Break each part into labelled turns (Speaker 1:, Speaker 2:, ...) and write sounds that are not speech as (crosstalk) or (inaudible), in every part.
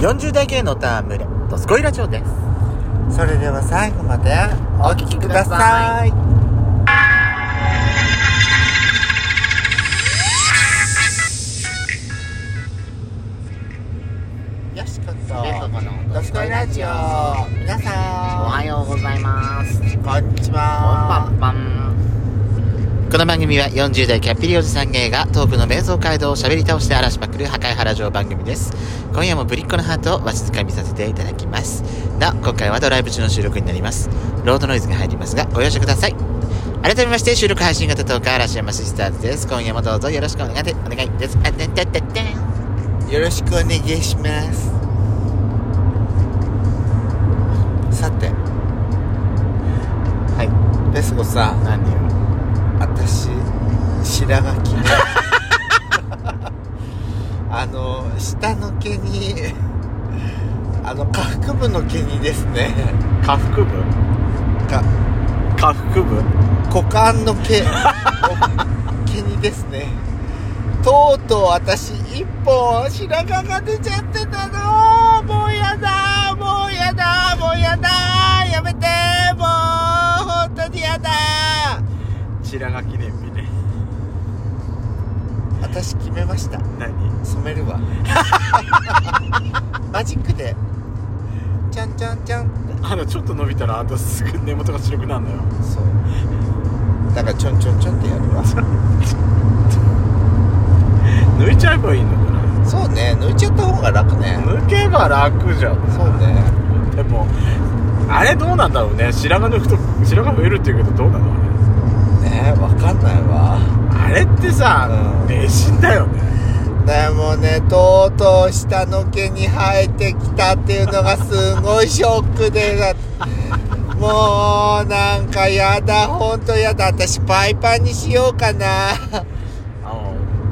Speaker 1: 40代芸能タームレとすこいラジオです
Speaker 2: それでは最後までお聞きくださいよしこと
Speaker 1: レトコの
Speaker 2: どすこいラジオ皆
Speaker 1: おは
Speaker 2: さ
Speaker 1: ようございま
Speaker 2: ん
Speaker 1: す
Speaker 2: こんにち
Speaker 1: パ
Speaker 2: は
Speaker 1: ンパンこの番組は40代キャッピリおじさん芸がトークの瞑想街道を喋り倒して荒らしまくる破壊原城番組です今夜もぶりっ子のハートをわしづかみさせていただきますなお今回はドライブ中の収録になりますロードノイズが入りますがご容赦ください改めまして収録配信型トーク嵐山シスターズです今夜もどうぞよろしくお願いでお願いですあてんてんてんてん
Speaker 2: よろしくお願いしますさて
Speaker 1: はい
Speaker 2: レスコさん
Speaker 1: 何よ
Speaker 2: 私白髪切り (laughs) あの下の毛にあの下腹部の毛にですね
Speaker 1: 下腹部
Speaker 2: か
Speaker 1: 下腹部
Speaker 2: 股間の毛お毛にですねとうとう私一本白髪が出ちゃってたのもうやだもうやだもうやだやめてもう本当にやだ
Speaker 1: 白髪記念日ね
Speaker 2: 私決めました
Speaker 1: 何
Speaker 2: 染める (laughs) わマジックでちゃんちゃんちゃんって
Speaker 1: あのちょっと伸びたらあとすぐ根元が白くなるのよ
Speaker 2: そうだからちょんちょんちょんってやるわ
Speaker 1: 抜いちゃえばいいのか
Speaker 2: そうね抜いちゃった方が楽ね
Speaker 1: な抜けば楽じゃん
Speaker 2: そうね
Speaker 1: でもあれどうなんだろうね白髪抜くと白髪増えるっていうけどどうなのあ
Speaker 2: ねわかんないわ
Speaker 1: れあれってさ
Speaker 2: うん
Speaker 1: 迷信だよね
Speaker 2: でもねとうとう下の毛に生えてきたっていうのがすごいショックでだもうなんかやだほんとやだ私パイパンにしようかな
Speaker 1: あ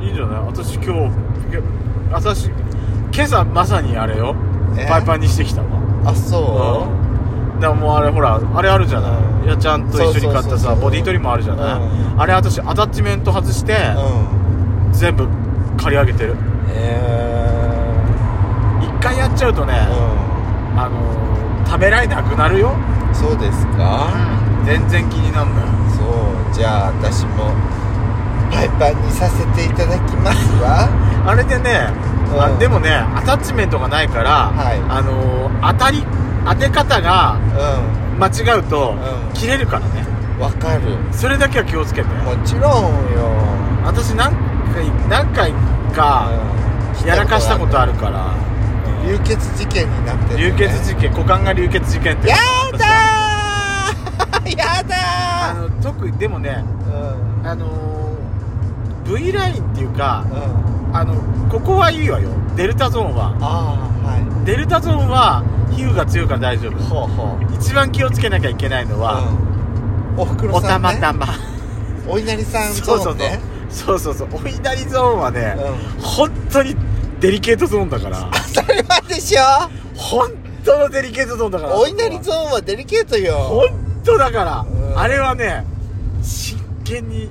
Speaker 1: いいんじゃない私今日け私今朝まさにあれよ
Speaker 2: え
Speaker 1: パイパンにしてきたわ
Speaker 2: あそう
Speaker 1: うん、でももうあれほらあれあるじゃない、
Speaker 2: うん
Speaker 1: いやちゃんと一緒に買っ
Speaker 2: そ
Speaker 1: た
Speaker 2: うそうそ
Speaker 1: さ
Speaker 2: うそう
Speaker 1: ボディトリもあるじゃない、
Speaker 2: うん
Speaker 1: あれ私アタッチメント外して、
Speaker 2: うん
Speaker 1: 全部刈り上げてる
Speaker 2: え
Speaker 1: 一回やっちゃうと
Speaker 2: ー
Speaker 1: ね、あのー、食べられなくなるよ、
Speaker 2: うん、そうですか、
Speaker 1: 全然気になんない
Speaker 2: そうじゃあ私もパイパンにさせていただきますわ
Speaker 1: あれでね、
Speaker 2: うん
Speaker 1: あでもねアタッチメントがないから、
Speaker 2: はい
Speaker 1: あのー、当たり当て方が
Speaker 2: う
Speaker 1: 間違う
Speaker 2: う
Speaker 1: と、
Speaker 2: ん
Speaker 1: 切れるからね
Speaker 2: んわかる
Speaker 1: それだけは気をつけて
Speaker 2: もちろんよ、
Speaker 1: 私何回何回か
Speaker 2: うん
Speaker 1: やらかしたことあるから
Speaker 2: 流血事件になってる、
Speaker 1: 流
Speaker 2: ね、
Speaker 1: 血事件股間が流血事件って
Speaker 2: やだーや
Speaker 1: あ
Speaker 2: だ
Speaker 1: の特にでもね
Speaker 2: ーうん
Speaker 1: あのー、V ラインっていうか
Speaker 2: うん
Speaker 1: あのここはいいわよデルタゾーンは
Speaker 2: ああは
Speaker 1: デルタゾーンは皮膚が強いから大丈
Speaker 2: い
Speaker 1: 夫
Speaker 2: ほうほう
Speaker 1: 一番気をつけなきゃいけないのは、
Speaker 2: うんおふくろ
Speaker 1: お
Speaker 2: さ
Speaker 1: た
Speaker 2: ん、ね、
Speaker 1: またま、
Speaker 2: お稲荷さん
Speaker 1: そうそうそう、
Speaker 2: ね
Speaker 1: そうそうそうお稲荷ゾーンはね、
Speaker 2: う
Speaker 1: 本当にデリケートゾーンだから
Speaker 2: 当たり前でしょ
Speaker 1: 本当のデリケートゾーンだから
Speaker 2: お稲荷ゾーンはデリケートよ
Speaker 1: 本当だから、
Speaker 2: うん
Speaker 1: あれはね真剣に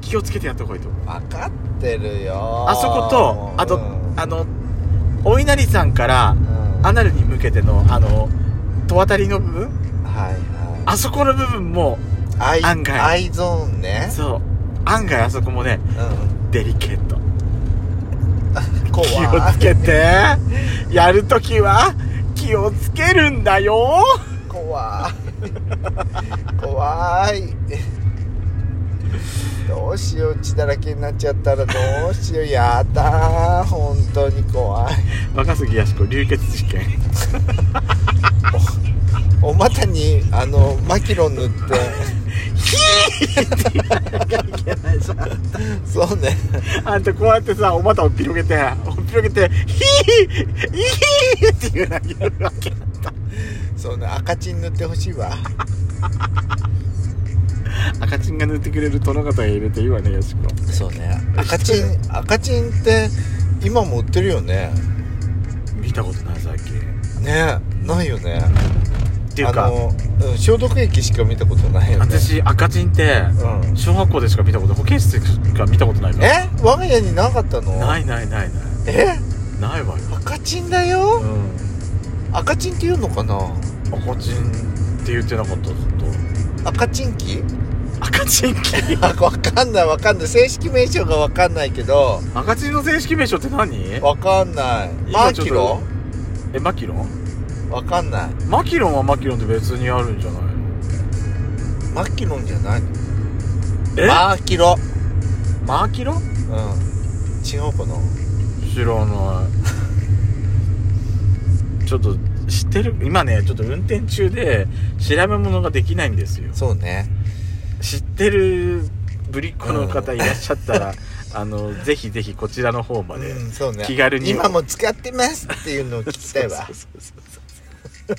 Speaker 1: 気をつけてやった方がいいと思う
Speaker 2: 分かってるよ
Speaker 1: あそことあと、
Speaker 2: うん
Speaker 1: あのお稲荷さんから
Speaker 2: うん
Speaker 1: アナルに向けてのあの戸渡りの部分
Speaker 2: はいは
Speaker 1: あそこの部分も
Speaker 2: いアイ
Speaker 1: 案外
Speaker 2: アイゾーンね
Speaker 1: そう案外あそこもね
Speaker 2: う
Speaker 1: デリケート
Speaker 2: ん怖
Speaker 1: 気をつけてやるときは気をつけるんだよ
Speaker 2: 怖い怖いどうしよう血だらけになっちゃったらどうしようやだー本当に怖い
Speaker 1: 若杉やし子流血
Speaker 2: (laughs)
Speaker 1: 事件
Speaker 2: お股にあのマキロン塗ってそうね
Speaker 1: あんたこうやってさお股を広げてお広げてヒーヒーヒーっていうの言うわけ
Speaker 2: そうね赤チン塗ってほしいわ
Speaker 1: 赤チンが塗ってくれる殿方が入れていいわねよしこ
Speaker 2: そうね赤チン赤チンって今も売ってるよね
Speaker 1: 見たことない最近っ
Speaker 2: ねないよね
Speaker 1: ていうか、
Speaker 2: あの、うん消毒液しか見たことないよね
Speaker 1: 私赤チンって
Speaker 2: うん
Speaker 1: 小学校でしか見たこと保健室しか見たことないから
Speaker 2: え我が家になかったの
Speaker 1: ないないないない
Speaker 2: え
Speaker 1: ないわよ、
Speaker 2: 赤チンだよ
Speaker 1: う、
Speaker 2: 赤チンって言うのかなん
Speaker 1: 赤チンって言ってなかったずっ
Speaker 2: 赤チンキ
Speaker 1: と赤チンキ
Speaker 2: あわかんないわかんない正式名称がわかんないけど
Speaker 1: 赤チンの正式名称って何
Speaker 2: わかんないマ
Speaker 1: 今
Speaker 2: ー
Speaker 1: ちょっと
Speaker 2: キロ
Speaker 1: えマキロン
Speaker 2: わかんない
Speaker 1: マキロンはマキロンで別にあるんじゃない
Speaker 2: マキロンじゃない
Speaker 1: え
Speaker 2: マーキロ
Speaker 1: マーキロン
Speaker 2: うん違うかな
Speaker 1: 知らないちょっと知ってる今ねちょっと運転中で調べ物ができないんですよ
Speaker 2: そうね
Speaker 1: 知ってるぶりっ子の方いらっしゃったら、あのぜひぜひこちらの方まで、
Speaker 2: うんそうね
Speaker 1: 気軽に
Speaker 2: 今も使ってますっていうのを聞きたいわ
Speaker 1: そうそうそう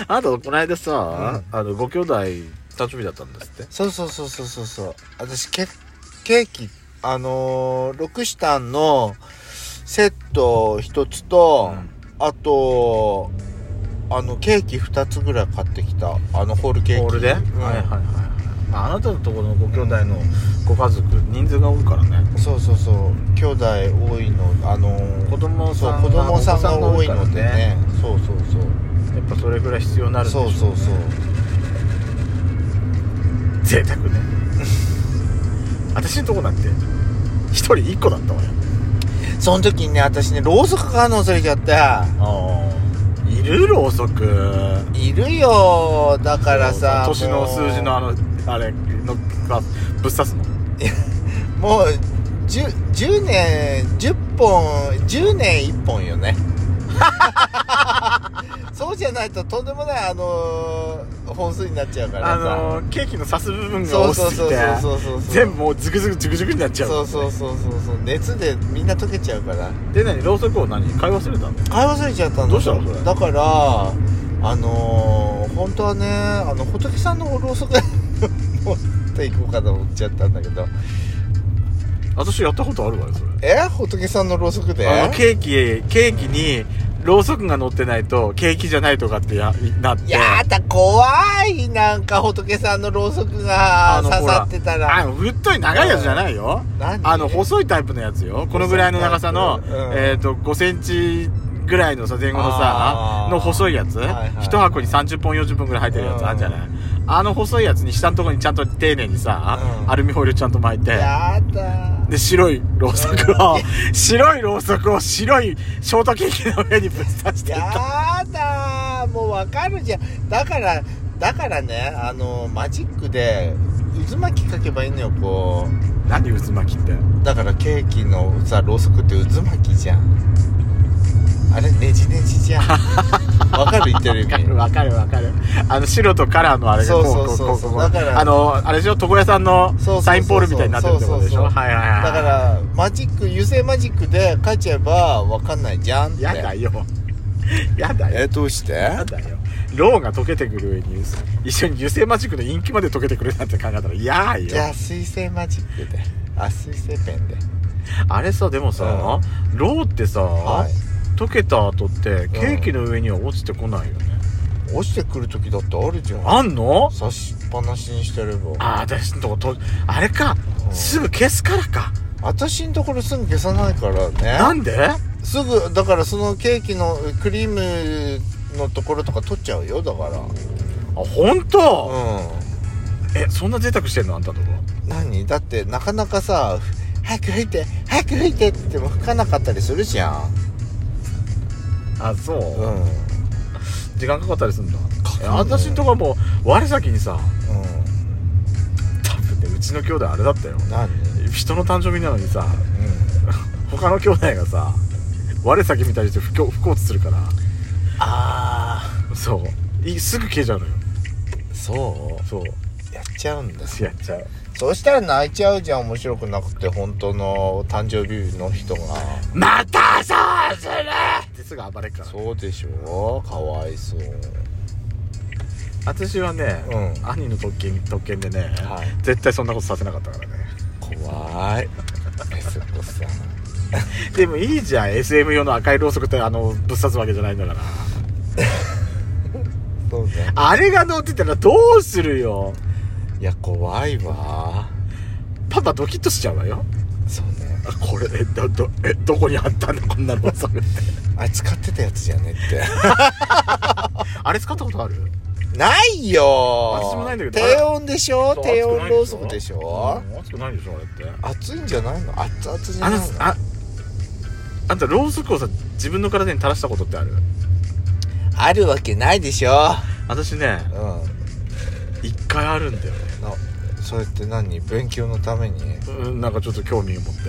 Speaker 1: そう (laughs) あとこの間さ、あのご兄弟誕生日だったんですって
Speaker 2: そうそうそうそうそうそう私ケケーキあのー、ロクシタンのセット一つと、あとあのケーキ二つぐらい買ってきたあのホールケーキ
Speaker 1: ホールで、
Speaker 2: うん
Speaker 1: はいはいはいはい、まあ、あなたのところのご兄弟のご家族人数が多いからね
Speaker 2: そうそうそう兄弟多いのあのー
Speaker 1: 子供
Speaker 2: そう
Speaker 1: さん
Speaker 2: 子供さんが
Speaker 1: お子
Speaker 2: 多いので
Speaker 1: から
Speaker 2: ねそうそうそう
Speaker 1: やっぱそれぐらい必要になるんでし
Speaker 2: そ
Speaker 1: ょ
Speaker 2: うそうそう
Speaker 1: 贅 (laughs) 沢ね私のとこなんて一人一個だったわよ
Speaker 2: その時にね私ねろうそく買うの忘れちゃって
Speaker 1: ああいるろうそく
Speaker 2: いるよだからさ
Speaker 1: 年の数字のあ
Speaker 2: の
Speaker 1: のあれのがぶっ刺すの
Speaker 2: もう 10, 10年10本10年1本よね (laughs) そうじゃないととんでもないあのー本数になっちゃうから
Speaker 1: あ
Speaker 2: さ、
Speaker 1: のーケーキの刺す部分が
Speaker 2: そう
Speaker 1: 多
Speaker 2: そう
Speaker 1: す
Speaker 2: そ
Speaker 1: ぎ
Speaker 2: う
Speaker 1: て
Speaker 2: そうそうそう
Speaker 1: 全部もうズクズクズクズクになっちゃう
Speaker 2: そうそうそうそうそう熱でみんな溶けちゃうから
Speaker 1: で何ろうそくを何買い忘れたの
Speaker 2: 買い忘れちゃったの
Speaker 1: どうしたのそれ
Speaker 2: だからあのー、本当はねあの仏さんのろうそく (laughs) 持っていこうかと思っちゃったんだけど
Speaker 1: 私やったことあるわよそれ
Speaker 2: え仏さんのろうそくで
Speaker 1: あのケーキケーキにろうそくが乗ってないとケーキじゃないとかってやなって
Speaker 2: やだ怖いなんか仏さんのろうそくが
Speaker 1: あの
Speaker 2: 刺さってた
Speaker 1: あ
Speaker 2: ら
Speaker 1: の太い長いやつじゃないよ
Speaker 2: 何
Speaker 1: あの細いタイプのやつよこのぐらいの長さの、
Speaker 2: 細いタイプうん
Speaker 1: えっ、と5センチぐらいのさ前後の
Speaker 2: あー
Speaker 1: さの細いやつ、
Speaker 2: はいはい
Speaker 1: 一箱に30本40本ぐらい入ってるや
Speaker 2: う
Speaker 1: つ
Speaker 2: ん
Speaker 1: あるじゃない、あの細いやつに下のところにちゃんと丁寧にさ、
Speaker 2: うん
Speaker 1: アルミホイルちゃんと巻いて
Speaker 2: やだ
Speaker 1: で白いろうそくを、白いろうそくを白いショートケーキの上にぶっ刺していった
Speaker 2: やだもうわかるじゃんだからだからねあのマジックで渦巻きかけばいいのよこう
Speaker 1: 何渦巻きって
Speaker 2: だからケーキのさろうそくって渦巻きじゃんあれねじねじじゃ
Speaker 1: (laughs)
Speaker 2: んわかる言ってる意
Speaker 1: わか
Speaker 2: 味
Speaker 1: るわかるわかるあの白とカラーのあれがこう
Speaker 2: そう
Speaker 1: こ
Speaker 2: そううそう
Speaker 1: こうこうこう
Speaker 2: だから
Speaker 1: あのあれでしょ床屋さんの
Speaker 2: そうそうそうそう
Speaker 1: サインポールみたいになってるってことでし
Speaker 2: そう
Speaker 1: ょ
Speaker 2: そうそう
Speaker 1: はいはいはい
Speaker 2: だからマジック油性マジックで書いちゃえばわかんないじゃんって
Speaker 1: やだよやだよ
Speaker 2: えどうして
Speaker 1: やだよローが溶けてくる上に一緒に油性マジックのインキまで溶けてくるなんて考えたらやー
Speaker 2: じゃあ
Speaker 1: よ
Speaker 2: 水性マジックであ水性ペンで
Speaker 1: あれさでもさ、ローってさ、
Speaker 2: はい
Speaker 1: 溶けた後ってケーキの上には落ちてこないよね、
Speaker 2: 落ちてくる時だってあるじゃん
Speaker 1: あんの
Speaker 2: 刺しっぱなしにしてれば
Speaker 1: ああ私のとことあれかすぐ消すからか
Speaker 2: 私んところすぐ消さないから
Speaker 1: な
Speaker 2: ね
Speaker 1: んで
Speaker 2: すぐだからそのケーキのクリームのところとか取っちゃうよだから
Speaker 1: あ本当、
Speaker 2: う
Speaker 1: えそんな贅沢してんのあんたのとこ
Speaker 2: ん何だってなかなかさ早く吹いて早く吹いてって言っても吹かなかったりするじゃん
Speaker 1: あそう、
Speaker 2: うんうん
Speaker 1: 時間かかったりするんだ
Speaker 2: かかん
Speaker 1: え
Speaker 2: ない
Speaker 1: 私んとこはもう我先にさ多分ねうちの兄弟あれだったよ
Speaker 2: 何
Speaker 1: 人の誕生日なのにさ
Speaker 2: うん
Speaker 1: 他の兄弟がさ我先みたいにして不幸不幸するから
Speaker 2: あ
Speaker 1: そういすぐ消えちゃうのよ
Speaker 2: あそう
Speaker 1: そう
Speaker 2: やっちゃうんだ
Speaker 1: やっちゃう
Speaker 2: そうしたら泣いちゃうじゃん面白くなくて本当の誕生日の人が
Speaker 1: またそうするってすぐ暴れるから
Speaker 2: そうでしょかわいそう
Speaker 1: 私はね、
Speaker 2: うん
Speaker 1: 兄の特権特権でね、
Speaker 2: はい
Speaker 1: 絶対そんなことさせなかったからね
Speaker 2: 怖いえそこさ
Speaker 1: でもいいじゃん SM 用の赤いろうそくってあのぶっ刺すわけじゃないんだから
Speaker 2: そうね
Speaker 1: あれが乗ってたらどうするよ
Speaker 2: いや怖いわ
Speaker 1: パパドキッとしちゃうわよ
Speaker 2: そうね
Speaker 1: これえどどえどこにあったんだこんなのそれって
Speaker 2: あれ使ってたやつじゃねって
Speaker 1: (laughs) あれ使ったことある
Speaker 2: ないよ
Speaker 1: 私もないんだけど
Speaker 2: 低温でしょ
Speaker 1: そう
Speaker 2: 低温ろう
Speaker 1: 熱
Speaker 2: そく
Speaker 1: くない
Speaker 2: でしょ、
Speaker 1: うん熱くないでしょあれって
Speaker 2: 熱いんじゃないの熱々じゃ
Speaker 1: あ
Speaker 2: な
Speaker 1: の
Speaker 2: いの
Speaker 1: ああんたろうそくをさ自分の体に垂らしたことってある
Speaker 2: あるわけないでしょ
Speaker 1: 私ね
Speaker 2: うん
Speaker 1: 一回あるんだよね
Speaker 2: のそれって何勉強のために
Speaker 1: うんなんかちょっと興味を持って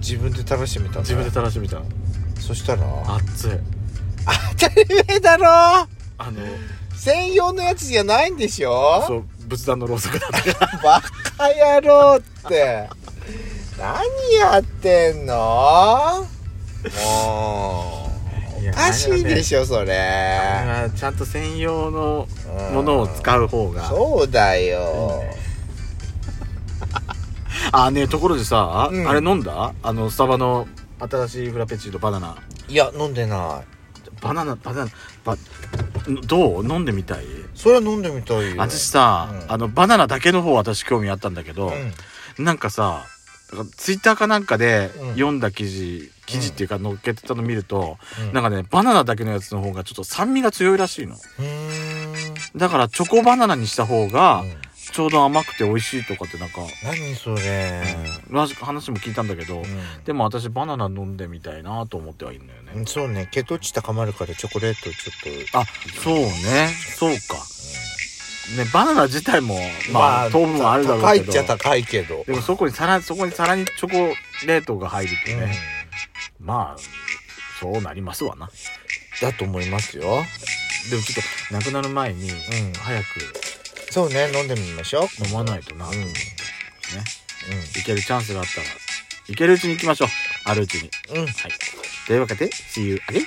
Speaker 2: 自分で試してみたの
Speaker 1: 自分で垂らしてみたの
Speaker 2: そしたら
Speaker 1: 熱い
Speaker 2: 当たり前だろ
Speaker 1: あの
Speaker 2: 専用のやつじゃないんでしょ
Speaker 1: そう仏壇のろうそくだった
Speaker 2: バカ野郎って何やってんのも
Speaker 1: いう (laughs)
Speaker 2: お
Speaker 1: や
Speaker 2: かしいでしょそ
Speaker 1: あれ
Speaker 2: れ
Speaker 1: はちゃんと専用の
Speaker 2: うん
Speaker 1: ものを使う方が
Speaker 2: そうだよ
Speaker 1: あねえところでさ、
Speaker 2: うん
Speaker 1: あれ飲んだあのスタバの新しいフラペチーノバナナ
Speaker 2: いや飲んでない
Speaker 1: バナナバナナバどう飲んでみたい
Speaker 2: それは飲んでみたいよ
Speaker 1: 私さ、
Speaker 2: うん
Speaker 1: あのバナナだけの方私興味あったんだけ
Speaker 2: う
Speaker 1: ど、
Speaker 2: ん
Speaker 1: なんかさツイッターかなんかで
Speaker 2: うん
Speaker 1: 読んだ記事、記事っていうか載っけてたの見ると、
Speaker 2: うん
Speaker 1: なんかねバナナだけのやつの方がちょっと酸味が強いらしいの
Speaker 2: うーん
Speaker 1: だからチョコバナナにした方が
Speaker 2: うん
Speaker 1: ちょうど甘くて美味しいとかってなんか、
Speaker 2: 何それ
Speaker 1: らし話も聞いたんだけど、でも私バナナ飲んでみたいなと思ってはいるんだよね、
Speaker 2: うんそうね血糖値高まるからチョコレートちょっと
Speaker 1: あそうねそうか、ねバナナ自体もまあ、糖分はあるだろうけど
Speaker 2: 高いっちゃ高いけど
Speaker 1: でもそこにさらそこにさらにチョコレートが入るとね、まあそうなりますわな
Speaker 2: だと思いますよ
Speaker 1: でもちょっとなくなる前に、
Speaker 2: ん
Speaker 1: 早
Speaker 2: そうね飲んでみましょう
Speaker 1: く飲まないとな、
Speaker 2: うん
Speaker 1: ね
Speaker 2: う
Speaker 1: いけるチャンスがあったらいけるうちに行きましょうあるうちに
Speaker 2: んうん
Speaker 1: はいというわけで See you again